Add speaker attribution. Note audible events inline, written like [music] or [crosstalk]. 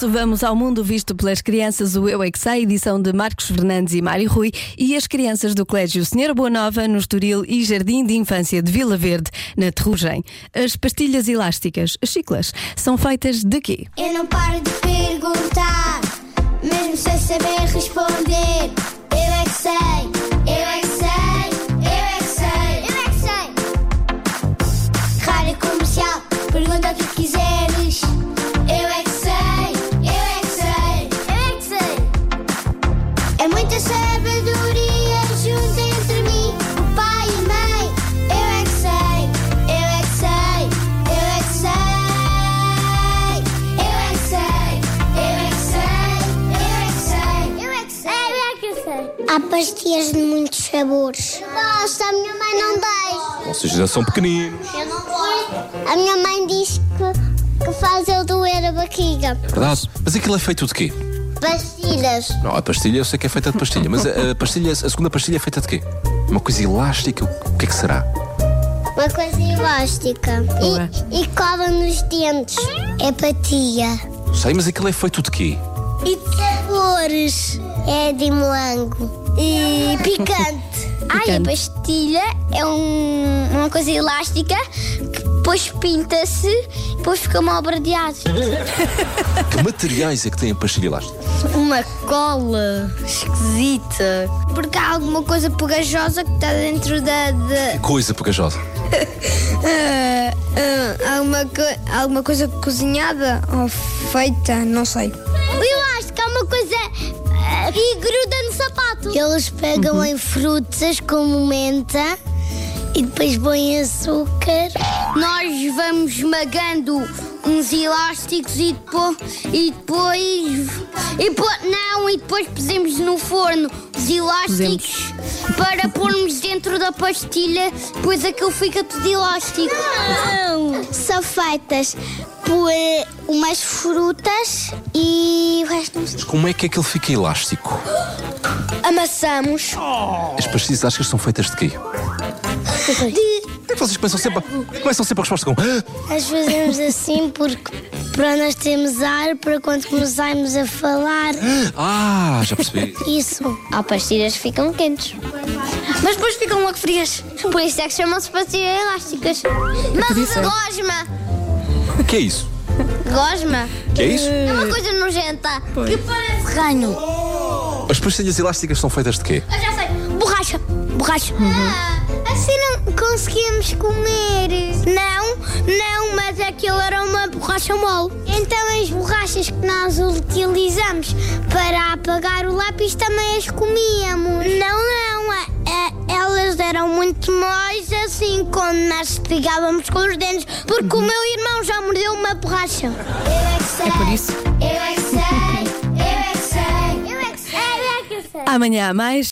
Speaker 1: março, vamos ao mundo visto pelas crianças, o Eu é que Sei, edição de Marcos Fernandes e Mário Rui, e as crianças do Colégio Senhora Boa Nova, no Estoril e Jardim de Infância de Vila Verde, na Terrugem. As pastilhas elásticas, as chiclas, são feitas de quê?
Speaker 2: Eu não paro de perguntar, mesmo sem saber responder. Eu é que sei, eu é que sei, eu é que sei, eu é que sei. Rádio comercial, pergunta o que quiseres. Eu é que sei, eu é que sei, eu é que sei. É muita sabedoria junto entre mim, o pai e a mãe. Eu é que sei, eu é que sei, eu é que sei. Eu é que sei, eu é que sei, eu é que sei, eu é que sei, eu é que sei. Há pastilhas de muitos sabores. Gosto, a minha mãe não deixa.
Speaker 3: Vocês ainda são pequeninos.
Speaker 2: Eu não gosto. A minha mãe diz que, que faz eu doer a barriga.
Speaker 3: Verdade. Mas aquilo é feito de quê?
Speaker 2: Pastilhas.
Speaker 3: Não, a pastilha eu sei que é feita de pastilha, mas a, a pastilha, a segunda pastilha é feita de quê? Uma coisa elástica, o que é que será?
Speaker 2: Uma coisa elástica.
Speaker 1: Boa.
Speaker 2: E, e cola nos dentes. É patia.
Speaker 3: Não sei, mas aquilo é feito de quê?
Speaker 2: E de sabores. É de morango. [laughs] E picante. Ai, a
Speaker 1: Picante.
Speaker 2: pastilha é um- uma coisa elástica que depois pinta-se e depois fica mal bardeado.
Speaker 3: Que materiais é que tem a pastilha elástica?
Speaker 2: Uma cola esquisita. Porque há alguma coisa pegajosa que está dentro da, da-
Speaker 3: Coisa pegajosa.
Speaker 2: Ah, ah, alguma, co- alguma coisa cozinhada ou feita, não sei. Eu acho que é uma coisa ah, e gruda no sapato. Eles pegam em frutas como menta e depois põem açúcar. Nós vamos esmagando uns elásticos e depois e depois, e depois- não e depois pusemos no forno os elásticos para pormos dentro da pastilha, pois aquilo fica tudo elástico. Não, são feitas por eh, umas frutas e o resto não
Speaker 3: Mas como é que aquilo fica elástico?
Speaker 2: amassamos
Speaker 3: As pastilhas elásticas são feitas de quê? Como é que vocês começam sempre a, começam sempre a resposta com. "Ah,
Speaker 2: Nós fazemos assim porque para nós termos ar para quando começarmos a falar.
Speaker 3: Ah, já [laughs] percebi.
Speaker 2: Isso. Ah, Há pastilhas que ficam quentes. Mas depois ficam logo frias. Por isso é que chamam-se pastilhas elásticas. Mas
Speaker 1: isso
Speaker 2: a
Speaker 1: é.
Speaker 2: gosma.
Speaker 3: O que é isso?
Speaker 2: Gosma.
Speaker 3: O que é isso?
Speaker 2: É uma coisa nojenta. Que parece ranho.
Speaker 3: As pastilhas elásticas são feitas de quê?
Speaker 2: Eu já sei. Borracha. Borracha.
Speaker 1: Uhum.
Speaker 2: assim não conseguimos comer. Não, não, mas aquilo era uma borracha mole. Então as borrachas que nós utilizamos para apagar o lápis também as comíamos. Não, não. a- a- elas eram muito moles assim quando nós pegávamos com os dentes, porque o meu irmão já mordeu uma borracha. Eu é que sei.
Speaker 1: Uhum. É por isso.
Speaker 2: Eu é que sei. Eu é que sei. Eu é que sei. Eu é que sei.
Speaker 1: Amanhã há mais.